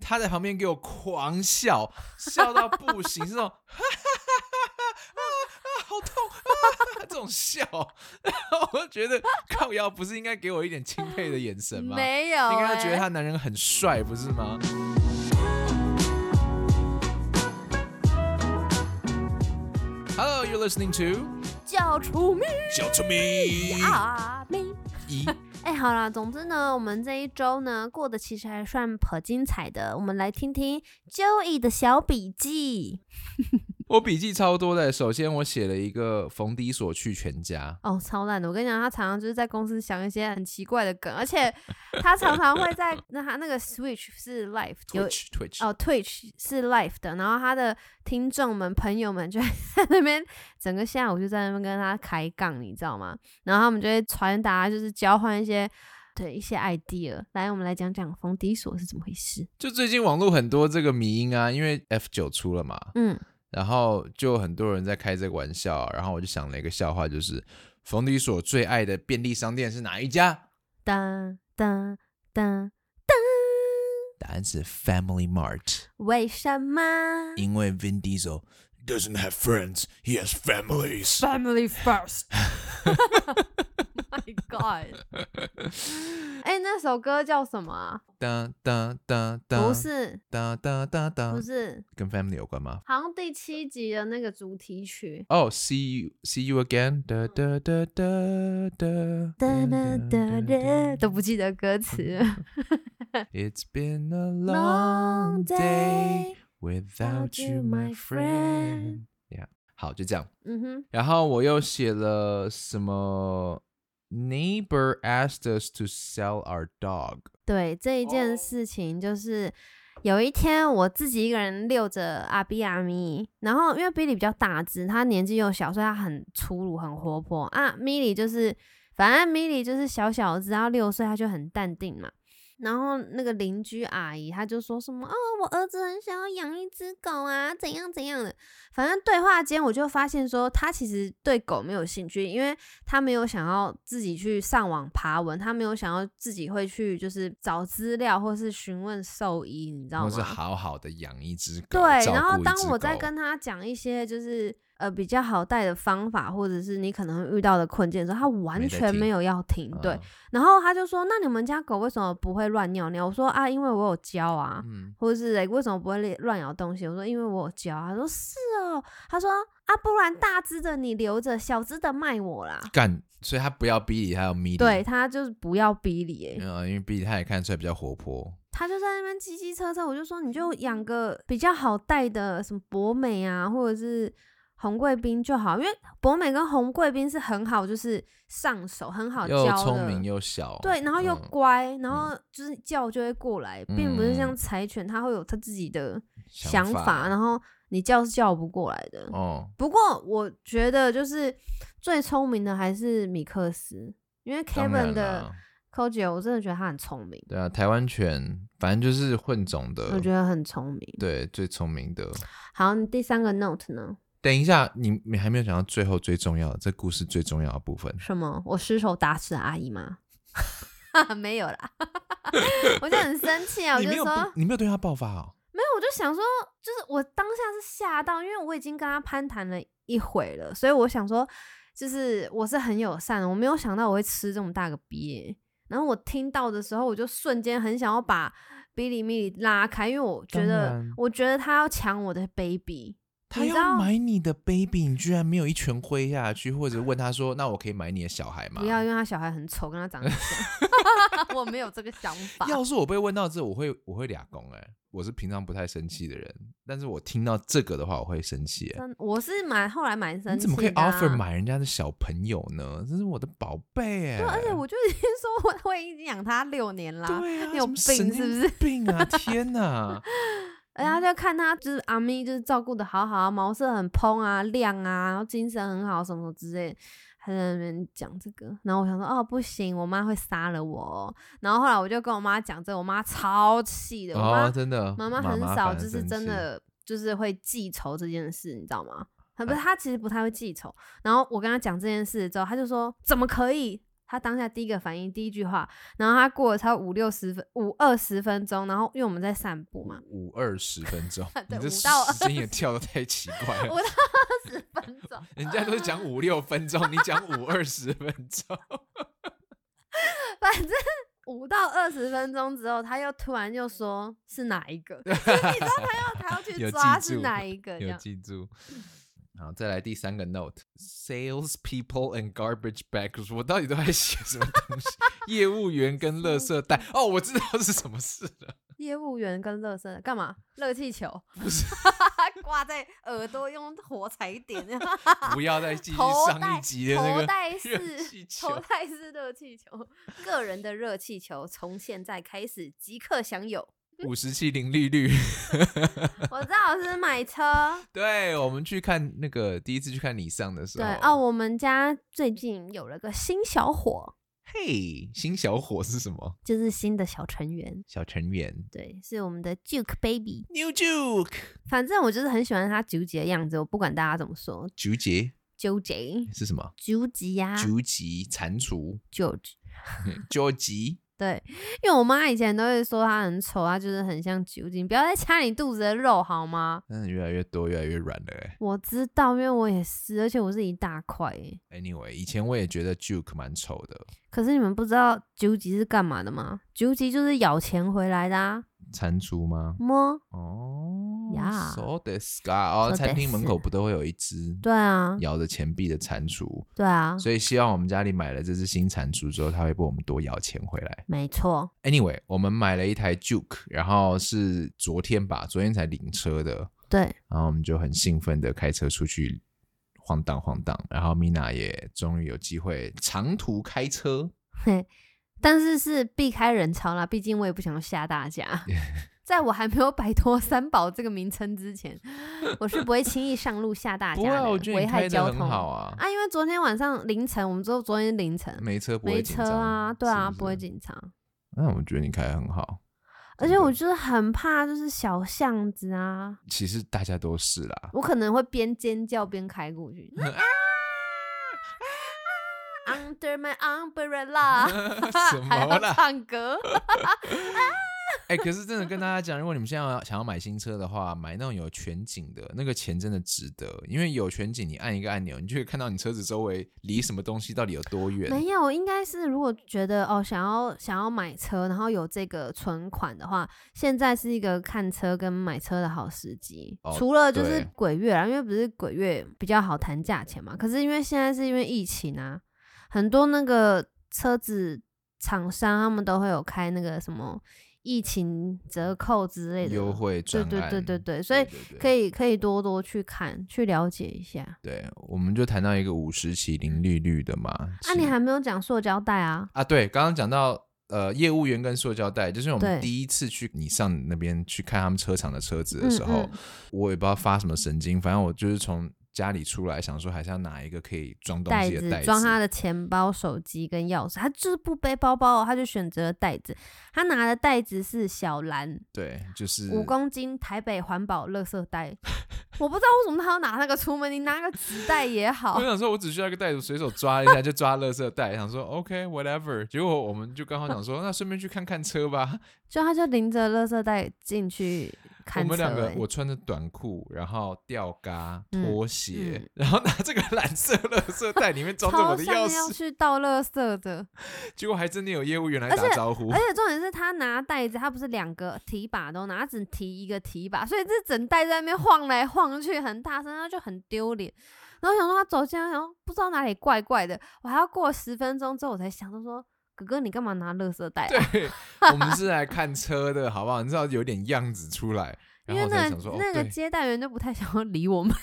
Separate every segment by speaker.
Speaker 1: 他在旁边给我狂笑，笑到不行，是那种哈哈哈哈啊啊好痛啊这种笑，然后我就觉得靠腰不是应该给我一点钦佩的眼神吗？
Speaker 2: 没有、
Speaker 1: 应该
Speaker 2: 欸，
Speaker 1: 要觉得他男人很帅，不是吗？Hello, you're listening to
Speaker 2: 叫出名
Speaker 1: Shout to Me。
Speaker 2: 啊名。
Speaker 1: 咦，
Speaker 2: 哎、好啦，总之呢，我们这一周呢过得其实还算颇精彩的。我们来听听 Joey 的小笔记。
Speaker 1: 我笔记超多的。首先，我写了一个逢低索去全家。
Speaker 2: 哦，超烂的！我跟你讲，他常常就是在公司想一些很奇怪的梗，而且他常常会在那他那个 Switch 是 Live 有
Speaker 1: Twitch Twitch，、
Speaker 2: 哦 Twitch 是 Live 的，然后他的听众们朋友们就 会在那边整个下午就在那边跟他开杠，你知道吗？然后他们就会传达就是交换一些对一些 idea。来，我们来讲讲逢低锁是怎么回事。
Speaker 1: 就最近网络很多这个迷音啊，因为 F 九出了嘛，
Speaker 2: 嗯，
Speaker 1: 然后就很多人在开这个玩笑，然后我就想了一个笑话，就是逢低所最爱的便利商店是哪一家？
Speaker 2: 当当当，
Speaker 1: 答案是 Family Mart。
Speaker 2: 为什么
Speaker 1: 因为 Vin Diesel doesn't have friends, he has families。
Speaker 2: ？Family first 。My God！哎、那首歌叫什么啊？
Speaker 1: 哒哒哒哒，
Speaker 2: 不是，
Speaker 1: 哒哒哒哒
Speaker 2: 不，是，
Speaker 1: 跟 family 有关吗？
Speaker 2: 好像第七集的那个主题曲。
Speaker 1: 哦、s e e you, see you again，哒哒哒哒哒
Speaker 2: 哒哒哒哒，
Speaker 1: 哒
Speaker 2: 都不记得歌 词。
Speaker 1: It's been a long day without you, my friend。Yeah，好，就这样。
Speaker 2: 嗯哼，
Speaker 1: 然后我又写了什么？Neighbor asked us to sell our dog。
Speaker 2: 对这一件事情，就是有一天我自己一个人遛着阿比阿咪，然后因为比利比较大只，他年纪又小，所以他很粗鲁、很活泼啊。米莉就是，反正米莉就是小小只，然后六岁，他就很淡定嘛。然后那个邻居阿姨，她就说什么哦，我儿子很想要养一只狗啊，怎样怎样的。反正对话间我就发现说，他其实对狗没有兴趣，因为他没有想要自己去上网爬文，他没有想要自己会去就是找资料或是询问兽医，你知
Speaker 1: 或
Speaker 2: 道吗？
Speaker 1: 是好好的养一只狗，
Speaker 2: 对，
Speaker 1: 照
Speaker 2: 然
Speaker 1: 顾
Speaker 2: 后
Speaker 1: 一
Speaker 2: 当
Speaker 1: 只
Speaker 2: 我在
Speaker 1: 狗
Speaker 2: 跟他讲一些就是呃比较好带的方法，或者是你可能会遇到的困境的时候，他完
Speaker 1: 没在
Speaker 2: 全
Speaker 1: 听
Speaker 2: 没有要听。对
Speaker 1: 嗯，
Speaker 2: 然后他就说：“那你们家狗为什么不会乱尿尿？”我说：“啊，因为我有教啊。
Speaker 1: 嗯，
Speaker 2: 或者是、欸、为什么不会乱咬东西？我说因为我有教啊。他说是哦，他说啊，不然大只的你留着，小只的卖我啦。
Speaker 1: 干，所以他不要逼你，他要迷你。啊
Speaker 2: 对，他就是不要逼你、欸，
Speaker 1: 嗯，因为逼你他也看出来比较活泼。
Speaker 2: 他就在那边叽叽车车，我就说你就
Speaker 1: 嗯
Speaker 2: 养个比较好带的，什么博美啊，或者是红贵宾就好，因为博美跟红贵宾是很好，就是上手很好教
Speaker 1: 又
Speaker 2: 的，
Speaker 1: 聪明又小，
Speaker 2: 对，然后又
Speaker 1: 嗯
Speaker 2: 乖，然后就是叫就会过来，并不是
Speaker 1: 嗯
Speaker 2: 像柴犬，它会有它自己的
Speaker 1: 想
Speaker 2: 想然后你叫是叫不过来的。
Speaker 1: 哦，
Speaker 2: 不过我觉得就是最聪明的还是米克斯，因为
Speaker 1: 当然
Speaker 2: Kevin 的
Speaker 1: 啦
Speaker 2: c o j i 我真的觉得他很聪明，
Speaker 1: 对啊，台湾犬反正就是混种的，
Speaker 2: 我觉得很聪明。
Speaker 1: 呃对最聪明的。
Speaker 2: 好，你第三个 note 呢？
Speaker 1: 等一下，你你还没有讲到最后最重要的，这故事最重要的部分。
Speaker 2: 什么？我失手打死阿姨吗？ 没有啦， 我就很生气啊！我
Speaker 1: 你
Speaker 2: 就
Speaker 1: 没
Speaker 2: 说
Speaker 1: 有不你没有对他爆发哦，
Speaker 2: 没有，我就想说，就是我当下是吓到，因为我已经跟他攀谈了一会了，所以我想说，就是我是很友善的，我没有想到我会吃这么大个鳖。然后我听到的时候，我就瞬间很想要把比利米里拉开，因为我觉
Speaker 1: 当
Speaker 2: 得
Speaker 1: 然，
Speaker 2: 我觉得他要抢我的 baby。
Speaker 1: 他
Speaker 2: 你知道
Speaker 1: 要买你的 baby，你居然没有一拳挥下去，或者问他说：“那我可以买你的小孩吗？”
Speaker 2: 不要，因为他小孩很丑，跟他长得像。 我没有这个想法。
Speaker 1: 要是我被问到这，我会我会俩公哎，我是平常不太生气的人，但是我听到这个的话，我会生气欸。
Speaker 2: 真我是蛮后来蛮生气、啊
Speaker 1: 你怎么可以 offer？买人家的小朋友呢？这是我的宝贝哎！
Speaker 2: 对，而且我就已经说我我已经养他六年啦。
Speaker 1: 对啊，
Speaker 2: 你有
Speaker 1: 什么神
Speaker 2: 病是不
Speaker 1: 经
Speaker 2: 是
Speaker 1: 病啊！天 哪！嗯
Speaker 2: 而且他就看他就是阿咪，就是照顾的好好啊，毛色很蓬啊、亮啊，然后精神很好，什么什么之类的，还在那边讲这个。然后我想说，哦，不行，我妈会杀了我、哦。然后后来我就跟我妈讲这个，我妈超气的，我妈、
Speaker 1: 哦，真的，
Speaker 2: 妈妈很
Speaker 1: 反
Speaker 2: 少
Speaker 1: 而
Speaker 2: 就是
Speaker 1: 生
Speaker 2: 真
Speaker 1: 气，
Speaker 2: 的就是会记仇这件事，你知道
Speaker 1: 哎
Speaker 2: 吗？她不是，她其实不太会记仇。然后我跟她讲这件事之后，她就说怎么可以？他当下第一个反应，第一句话，然后他过了超五六十分，五二十分钟，然后因为我们在散步嘛，，
Speaker 1: 五二十分钟
Speaker 2: 对
Speaker 1: 你这
Speaker 2: 五到
Speaker 1: 时间也跳的太奇怪
Speaker 2: 五
Speaker 1: 了。
Speaker 2: 到二十分钟，
Speaker 1: 人家都是讲五六分钟，你讲五二十分钟，
Speaker 2: 反正五到二十分钟之后，他又突然又说是哪一 个， 所以你知道他要他要
Speaker 1: 有
Speaker 2: 去
Speaker 1: 记
Speaker 2: 抓是
Speaker 1: 住
Speaker 2: 哪一个这
Speaker 1: 有
Speaker 2: 样。
Speaker 1: 记住。好，再来第三个 note：sales people and garbage bags。我到底都在写什么东西？业务员跟垃圾袋。哦，我知道是什么事 了。
Speaker 2: 业务员跟乐色干嘛？热气球
Speaker 1: 不是，
Speaker 2: 挂在耳朵用火柴点，
Speaker 1: 不要再继续
Speaker 2: 头
Speaker 1: 上
Speaker 2: 戴
Speaker 1: 一集的
Speaker 2: 头
Speaker 1: 那个。
Speaker 2: 戴
Speaker 1: 热
Speaker 2: 式
Speaker 1: 气球
Speaker 2: 头戴式热气球，个人的热气球从现在开始即刻 享有。
Speaker 1: 五十七零利率。
Speaker 2: 我知道是 买车，
Speaker 1: 对，我们去看那个第一次去看你上的时
Speaker 2: 对
Speaker 1: 候，
Speaker 2: 哦，，我们家最近有了个新小伙，
Speaker 1: 嘿，新小伙是什么？
Speaker 2: 就是新的小成员，
Speaker 1: 小成员
Speaker 2: 对，是我们的 Duke Baby。
Speaker 1: New Juke，
Speaker 2: 反正我就是很喜欢他纠结的样子，我不管大家怎么说，
Speaker 1: 竹节
Speaker 2: 纠结、
Speaker 1: 是什么？
Speaker 2: 纠结呀
Speaker 1: 竹集蟾蜍，
Speaker 2: ，George。
Speaker 1: 九集
Speaker 2: 对，因为我妈以前都会说他很丑，他就是很像酒精，不要再掐你肚子的肉好吗？
Speaker 1: 真嗯的越来越多，越来越软了欸。
Speaker 2: 我知道，因为我也是，而且我是一大块耶。
Speaker 1: Anyway，以前我也觉得 Juke 蛮丑的，
Speaker 2: 可是你们不知道九级是干嘛的吗？九级就是咬钱回来的啊，
Speaker 1: 蟾蜍吗？
Speaker 2: 摸。
Speaker 1: 哦
Speaker 2: 呀
Speaker 1: ，so this guy，哦，
Speaker 2: So
Speaker 1: 餐厅门
Speaker 2: this
Speaker 1: 口不都会有一只
Speaker 2: 对啊，
Speaker 1: 咬着钱币的蟾蜍？
Speaker 2: 对啊，
Speaker 1: 所以希望我们家里买了这只新蟾蜍之后，它会帮我们多咬钱回来。
Speaker 2: 没错。
Speaker 1: Anyway，我们买了一台 Juke，然后是昨天吧，昨天才领车的，
Speaker 2: 对，
Speaker 1: 然后我们就很兴奋的开车出去晃荡晃荡，然后 Mina 也终于有机会长途开车，
Speaker 2: 嘿，但是是避开人潮啦，毕竟我也不想要吓大家。在我还没有摆脱“三宝”这个名称之前，我是不会轻易上路吓大
Speaker 1: 不
Speaker 2: 家
Speaker 1: 会啊，
Speaker 2: 的，
Speaker 1: 我觉得
Speaker 2: 危
Speaker 1: 你
Speaker 2: 害
Speaker 1: 开的
Speaker 2: 交
Speaker 1: 很
Speaker 2: 通。
Speaker 1: 好啊，
Speaker 2: 啊，因为昨天晚上凌晨，我们说昨天凌晨
Speaker 1: 没车不
Speaker 2: 没
Speaker 1: 会紧
Speaker 2: 车
Speaker 1: 张
Speaker 2: 啊，对啊，
Speaker 1: 是不
Speaker 2: 不会
Speaker 1: 是
Speaker 2: 紧张。
Speaker 1: 那我觉得你开的很好，
Speaker 2: 而
Speaker 1: 真
Speaker 2: 且
Speaker 1: 的
Speaker 2: 我就是很怕，就是小巷子啊，
Speaker 1: 其实大家都是啦，
Speaker 2: 我可能会边尖叫边开过去。Under my umbrella，
Speaker 1: 什
Speaker 2: 还
Speaker 1: 么
Speaker 2: 要
Speaker 1: 啦？
Speaker 2: 唱歌，
Speaker 1: 哎、可是真的跟大家讲，如果你们现在要想要买新车的话，买那种有全景的，那个钱真的值得，因为有全景，你按一个按钮，你就会看到你车子周围离什么东西到底有多远。
Speaker 2: 没有，应该是如果觉得哦想要想要买车，然后有这个存款的话，现在是一个看车跟买车的好时机。
Speaker 1: 哦
Speaker 2: 除了就是
Speaker 1: 对
Speaker 2: 鬼月啦，因为不是鬼月比较好谈价钱嘛。可是因为现在是因为疫情啊，很多那个车子厂商他们都会有开那个什么疫情折扣之类的
Speaker 1: 优。惠
Speaker 2: 对
Speaker 1: 专案，
Speaker 2: 对对对对，所以可
Speaker 1: 以。
Speaker 2: 以可以多多去看去了解一下。
Speaker 1: 对，我们就谈到一个五十起零利率的嘛。
Speaker 2: 啊，
Speaker 1: 是
Speaker 2: 你还没有讲塑胶袋啊？
Speaker 1: 啊？对，刚刚讲到呃，业务员跟塑胶袋，就是我们
Speaker 2: 对
Speaker 1: 第一次去你上那边去看他们车厂的车子的
Speaker 2: 嗯
Speaker 1: 时候，
Speaker 2: 嗯
Speaker 1: 我也不知道发什么神经，反正我就是从家里出来，想说还是要拿一个可以装东
Speaker 2: 袋
Speaker 1: 西的袋
Speaker 2: 子
Speaker 1: 子，
Speaker 2: 装他的钱包、手机跟钥匙，他就是不背包包哦，他就选择了袋子。他拿的袋子是小蓝
Speaker 1: 对，就是
Speaker 2: 五公斤台北环保垃圾袋。我不知道为什么他要拿那个出门，你拿个纸袋也好
Speaker 1: 我。想说，我只需要一个袋子，随手抓一下就抓垃圾袋，想说 OK whatever。结果我们就刚好想说，那顺便去看看车 吧。
Speaker 2: 就他就拎着垃圾袋进去
Speaker 1: 我
Speaker 2: 看车、
Speaker 1: 们两个
Speaker 2: 欸，
Speaker 1: 我穿着短裤，然后吊嘎、
Speaker 2: 嗯
Speaker 1: 拖鞋，
Speaker 2: 嗯
Speaker 1: 然后拿这个蓝色垃圾袋，里面装着我
Speaker 2: 超
Speaker 1: 的
Speaker 2: 像
Speaker 1: 钥
Speaker 2: 要
Speaker 1: 匙，
Speaker 2: 去倒垃圾的。
Speaker 1: 结果还真的有业务员来
Speaker 2: 而且
Speaker 1: 打招呼
Speaker 2: 而。且重点是他拿袋子，他不是两个提把都拿，他只提一个提把，所以这整袋在那边晃来晃去，很大声，他就很丢脸。然后想说他走进来，然后不知道哪里怪怪的，我还要过十分钟之后我才想到说，哥哥你干嘛拿垃圾袋、啊？
Speaker 1: 对，我们是来看车的，好不好？你知道有点样子出来，
Speaker 2: 因
Speaker 1: 然后
Speaker 2: 为
Speaker 1: 我才
Speaker 2: 那
Speaker 1: 想说，
Speaker 2: 个那
Speaker 1: 哦，
Speaker 2: 个
Speaker 1: 对。
Speaker 2: 接待员就不太想要理我们，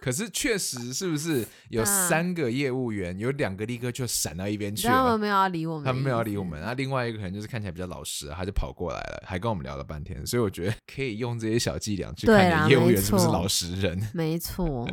Speaker 1: 可是确实是不是有
Speaker 2: 啊
Speaker 1: 三个业务员，有两个立刻就闪到一边 去
Speaker 2: 然后他
Speaker 1: 了
Speaker 2: 们。没有要理我们，
Speaker 1: 他们没有要理我们，。那、另外一个可能就是看起来比较老实啊，他就跑过来了，还跟我们聊了半天，所以我觉得可以用这些小伎俩去
Speaker 2: 对
Speaker 1: 看
Speaker 2: 啦
Speaker 1: 你业务
Speaker 2: 没
Speaker 1: 员是不是
Speaker 2: 错
Speaker 1: 老实人。
Speaker 2: 没错，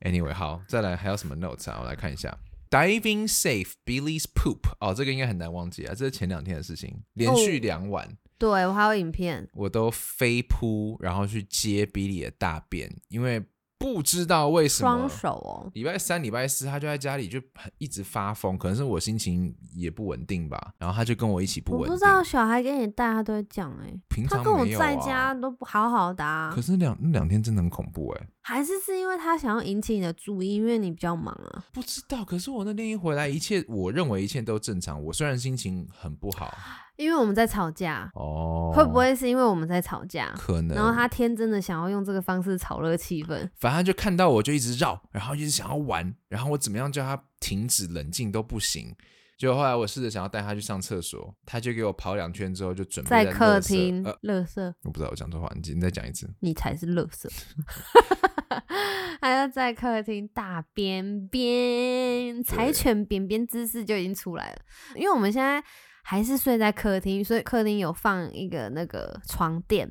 Speaker 1: Anyway，好，再来还有什么 notes 啊？我来看一下。Diving safe Billy's poop 哦，这个应该很难忘记啊，这是前两天的事情，连续
Speaker 2: 哦
Speaker 1: 两晚
Speaker 2: 对我还有影片，
Speaker 1: 我都飞扑，然后去接 Billy 的大便，因为不知道为什么
Speaker 2: 双手哦，
Speaker 1: 礼拜三、礼拜四，他就在家里就很一直发疯，可能是我心情也不稳定吧。然后他就跟我一起不
Speaker 2: 我
Speaker 1: 稳定。
Speaker 2: 不知道小孩给你带他都会讲哎、
Speaker 1: 平
Speaker 2: 他
Speaker 1: 常
Speaker 2: 跟我
Speaker 1: 没有
Speaker 2: 在
Speaker 1: 啊
Speaker 2: 家都不好好的、啊
Speaker 1: 可，是两那两天真的很恐怖哎、
Speaker 2: 还是是因为他想要引起你的注意，因为你比较忙啊。
Speaker 1: 不知道。可是我那天一回来，一切我认为一切都正常。我虽然心情很不好，
Speaker 2: 因为我们在吵架，
Speaker 1: 哦，嗯
Speaker 2: 会不会是因为我们在吵 架，
Speaker 1: 可能？
Speaker 2: 然后他天真的想要用这个方式炒热气氛？
Speaker 1: 反正他就看到我就一直绕，然后一直想要玩，然后我怎么样叫他停止冷静都不行。结果后来我试着想要带他去上厕所，他就给我跑两圈之后就准备
Speaker 2: 在
Speaker 1: 在
Speaker 2: 客
Speaker 1: 垃圾
Speaker 2: 厅
Speaker 1: 呃，，
Speaker 2: 乐色，
Speaker 1: 我不知道我讲错话，你你再讲一次。
Speaker 2: 你才是乐色。 还要在客厅大便便，柴犬便便姿势就已经出来了。因为我们现在还是睡在客厅，所以客厅有放一个那个床垫，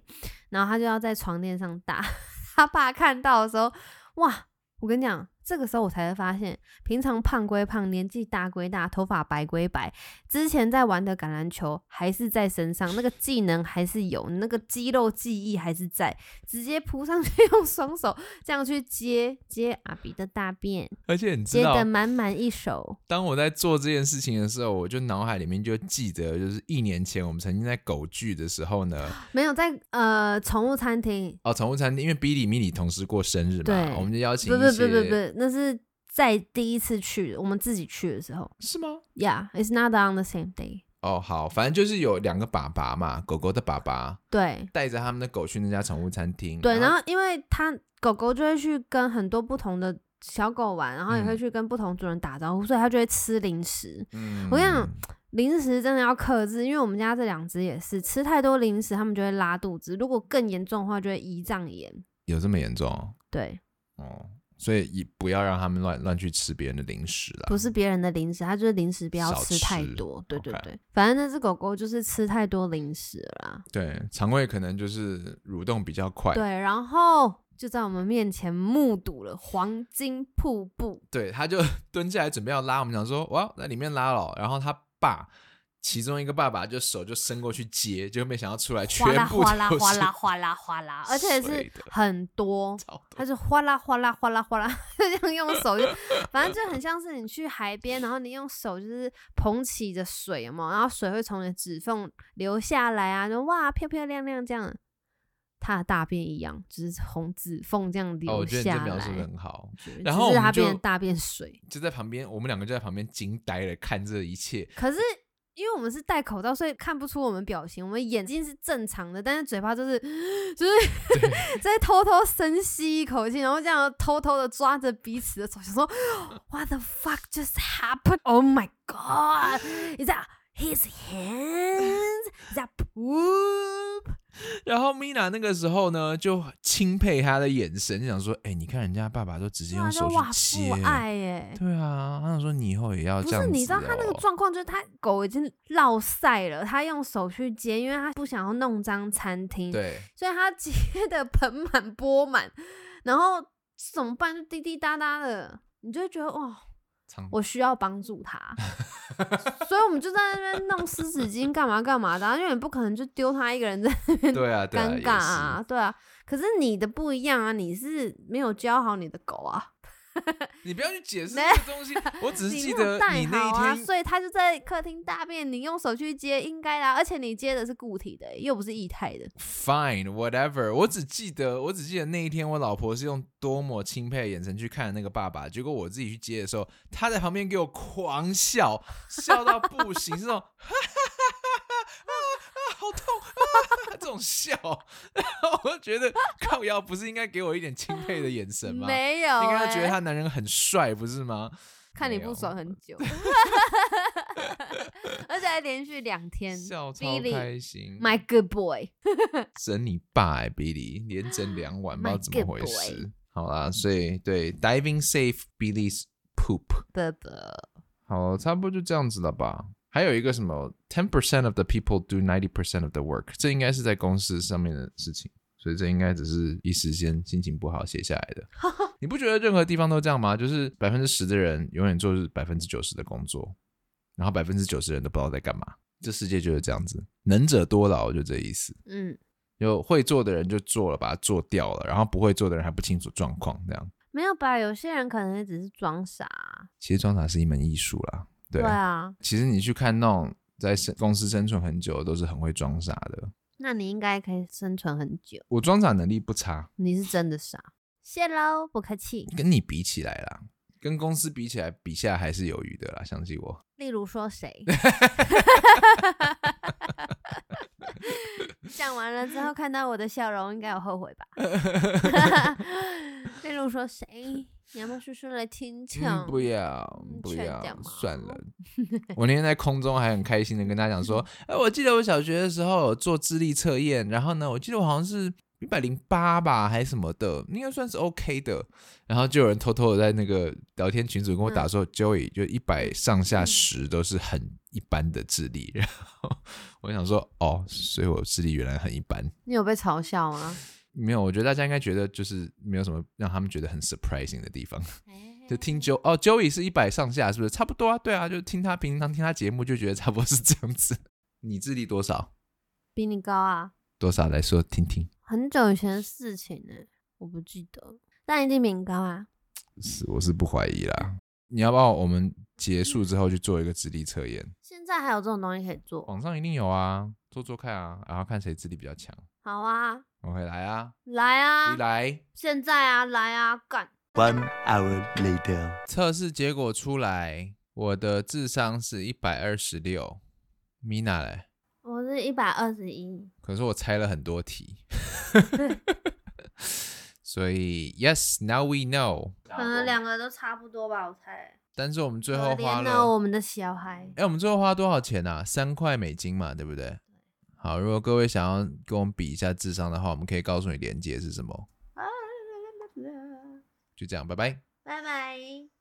Speaker 2: 然后他就要在床垫上大。 他爸看到的时候，哇！我跟你讲，这个时候我才会发现，平常胖归胖，年纪大归大，头发白归白，之前在玩的橄榄球还是在身上，那个技能还是有，那个肌肉记忆还是在，直接扑上去 用双手这样去接接阿比的大便，
Speaker 1: 而且你知
Speaker 2: 接
Speaker 1: 道
Speaker 2: 得，满满一手。
Speaker 1: 当我在做这件事情的时候，我就脑海里面就记得，就是一年前我们曾经在狗聚的时候呢，
Speaker 2: 没有在呃宠物餐厅，
Speaker 1: 哦，宠物餐厅，因为比利米里同时过生日嘛，
Speaker 2: 对
Speaker 1: 我们就邀请
Speaker 2: 不
Speaker 1: 一
Speaker 2: 不不不
Speaker 1: 些，
Speaker 2: 不，那是在第一次去，我们自己去的时候。
Speaker 1: 是吗？
Speaker 2: Yeah, it's not on the same day.
Speaker 1: 哦，好，反正就是有两个爸爸嘛，狗狗的爸爸
Speaker 2: 对
Speaker 1: 带着他们的狗去那家宠物餐厅，
Speaker 2: 对，
Speaker 1: 嗯然
Speaker 2: 然后因为它狗狗就会去跟很多不同的小狗玩，然后也会
Speaker 1: 嗯
Speaker 2: 去跟不同主人打招呼，所以它就会吃零食。
Speaker 1: 嗯
Speaker 2: 我跟你讲零食真的要克制，因为我们家这两只也是吃太多零食，它们就会拉肚子。如果更严重的话，就会胰脏炎。
Speaker 1: 有这么严重哦
Speaker 2: 对，
Speaker 1: 哦，所以也不要让他们乱乱去吃别人的零食啦。
Speaker 2: 不是别人的零食，它就是零食不要
Speaker 1: 呃少
Speaker 2: 吃太
Speaker 1: 吃
Speaker 2: 多。对对
Speaker 1: OK
Speaker 2: 对反正那只狗狗就是吃太多零食了啦。
Speaker 1: 对，肠胃可能就是蠕动比较快，
Speaker 2: 对，然后就在我们面前目睹了黄金瀑布。
Speaker 1: 对，他就 蹲下来准备要拉，我们想说哇，在里面拉了哦，然后他爸。其中一个爸爸就手就伸过去接，就没想到出来呃全
Speaker 2: 哗啦
Speaker 1: 部
Speaker 2: 哗啦
Speaker 1: 都
Speaker 2: 哗
Speaker 1: 是
Speaker 2: 啦哗啦哗啦，而
Speaker 1: 水
Speaker 2: 且是
Speaker 1: 的
Speaker 2: 很多，
Speaker 1: 超多
Speaker 2: 它是哗啦哗啦哗啦哗啦， 就这样用手就，反正就很像是你去海边，然后你用手就是捧起着水，有没有？然后水会从你的指缝流下来啊，就哇漂漂亮亮这样。它的大便一样，就是从指缝这样
Speaker 1: 哦，
Speaker 2: 流
Speaker 1: 我觉得你
Speaker 2: 下
Speaker 1: 这
Speaker 2: 来。
Speaker 1: 描述的很好，
Speaker 2: 对
Speaker 1: 然
Speaker 2: 只
Speaker 1: 后
Speaker 2: 是
Speaker 1: 我
Speaker 2: 它
Speaker 1: 们
Speaker 2: 变
Speaker 1: 就
Speaker 2: 成大便水。
Speaker 1: 就在旁边，我们两个就在旁边惊呆了，看这一切。
Speaker 2: 可是因为我们是戴口罩，所以看不出我们表情，我们眼睛是正常的，但是嘴巴就是就是 在偷偷深吸一口气，然后这样偷偷的抓着彼此的手，想说 What the fuck just happened? Oh my god! Is that his hands? Is that poop?
Speaker 1: 然后 Mina 那个时候呢，就钦佩他的眼神，就想说：“哎、你看人家爸爸都直接
Speaker 2: 哇
Speaker 1: 用
Speaker 2: 就
Speaker 1: 手去
Speaker 2: 啊哇
Speaker 1: 接
Speaker 2: 父，爱耶、
Speaker 1: 对啊。”他想说：“你以后也要
Speaker 2: 不
Speaker 1: 这样
Speaker 2: 是，
Speaker 1: 子、哦。”
Speaker 2: 你知道他那个状况，就是他狗已经落晒了，他用手去接，因为他不想要弄脏餐厅，
Speaker 1: 对，
Speaker 2: 所以他接的盆满钵满，然后怎么办？就滴滴答答的，你就会觉得哇，
Speaker 1: 长
Speaker 2: 我需要帮助他，所以我们就在那边弄湿纸巾干嘛干嘛的、啊，因为你不可能就丢他一个人在那边
Speaker 1: 对啊，对啊，
Speaker 2: 尴
Speaker 1: 也
Speaker 2: 尬
Speaker 1: 是
Speaker 2: 啊，对啊。可是你的不一样啊，你是没有教好你的狗啊，
Speaker 1: 你不要去解释
Speaker 2: 没
Speaker 1: 这个 东西，我只是
Speaker 2: 你
Speaker 1: 记
Speaker 2: 没有
Speaker 1: 得
Speaker 2: 带
Speaker 1: 你
Speaker 2: 好
Speaker 1: 那
Speaker 2: 啊，
Speaker 1: 一天。
Speaker 2: 所以他就在客厅大便，你用手去接应该啦、而且你接的是固体的、又不是液态的。
Speaker 1: Fine, whatever。我只记得，我只记得那一天，我老婆是用多么钦佩的眼神去看那个爸爸。结果我自己去接的时候，他在旁边给我狂笑，笑到不行，是那种哈哈哈哈哈啊啊，好痛啊，这种笑。然后我就觉得靠腰不是应该给我一点钦佩的眼神吗？
Speaker 2: 没有、
Speaker 1: 应该
Speaker 2: 欸，
Speaker 1: 要觉得他男人很帅，不是吗？
Speaker 2: 看你
Speaker 1: 没
Speaker 2: 不
Speaker 1: 有
Speaker 2: 爽很 久，而且还连续两天。
Speaker 1: 笑超
Speaker 2: Billy，
Speaker 1: 开心，
Speaker 2: My good boy，
Speaker 1: 整你爸哎、b i l l y 连整两晚，不知道
Speaker 2: My
Speaker 1: 怎么
Speaker 2: good
Speaker 1: 回
Speaker 2: boy
Speaker 1: 事。好啦，所以对 diving safe Billy's poop，
Speaker 2: 啵啵，
Speaker 1: 好，差不多就这样子了吧。还有一个什么 ten percent of the people do ninety percent of the work，这应该是在公司上面的事情，所以这应该只是一时间心情不好写下来的。你不觉得任何地方都这样吗？就是百分之十的人永远做百分之九十的工作，然后百分之九十人都不知道在干嘛。这世界就是这样子，能者多劳，就这意思。
Speaker 2: 嗯，
Speaker 1: 就会做的人就做了，把它做掉了，然后不会做的人还不清楚状况，这样
Speaker 2: 没有吧？有些人可能也只是装傻啊。
Speaker 1: 其实装傻是一门艺术啦。对，
Speaker 2: 对啊，
Speaker 1: 其实你去看那种在生公司生存很久的，都是很会装傻的。
Speaker 2: 那你应该可以生存很久。
Speaker 1: 我装傻能力不差，
Speaker 2: 你是真的傻，谢喽，不客气。
Speaker 1: 跟你比起来啦，跟公司比起来，比下还是有余的啦，相信我。
Speaker 2: 例如说谁？ 讲完了之后看到我的笑容，应该有后悔吧？ 例如说谁？你要不要叔叔来听
Speaker 1: 嗯
Speaker 2: 讲？
Speaker 1: 不要，不
Speaker 2: 劝
Speaker 1: 要
Speaker 2: 干，嘛嗯
Speaker 1: 算了。我那天在空中还很开心的跟他讲 说，哎、我记得我小学的时候有做智力测验，然后呢，我记得我好像是一百零八吧，还是什么的，应该算是 OK 的。然后就有人偷偷的在那个聊天群组跟我
Speaker 2: 嗯
Speaker 1: 打说、j o e y 就一百上下十都是很一般的智力。然后我想说，哦，所以我智力原来很一般。
Speaker 2: 你有被嘲笑吗？
Speaker 1: 没有，我觉得大家应该觉得就是没有什么让他们觉得很 surprising 的地方。
Speaker 2: 嗯哎
Speaker 1: 就听 Jo 哦，Joey 是一百上下，是不是差不多啊？对啊，就听他平常听他节目就觉得差不多是这样子。你智力多少？
Speaker 2: 比你高啊，
Speaker 1: 多少来说听听？
Speaker 2: 很久以前的事情呢、我不记得了，但一定比你高啊。
Speaker 1: 是，我是不怀疑啦。你要不要我们结束之后去做一个智力测验？
Speaker 2: 现在还有这种东西可以做，
Speaker 1: 网上一定有啊，做做看啊，然后看谁智力比较强。
Speaker 2: 好啊，
Speaker 1: OK，来啊，
Speaker 2: 来啊
Speaker 1: 你，来。
Speaker 2: 现在啊，来啊，干！
Speaker 3: One hour later.
Speaker 1: 测试结果出来，我的智商是一百二十六，Mina 嘞？
Speaker 2: 我是一百二十一，
Speaker 1: 可是我猜了很多 题，所以 yes now we know。
Speaker 2: 可能嗯两个都差不多吧，我猜。
Speaker 1: 但是我们最后
Speaker 2: 可
Speaker 1: 花
Speaker 2: 怜了
Speaker 1: 了，
Speaker 2: 我们的小孩，
Speaker 1: 哎，我们最后花多少钱啊？三块美金嘛，对不对？好，如果各位想要跟我们比一下嗯智商的话，我们可以告诉你连接是什么。就这样，拜拜。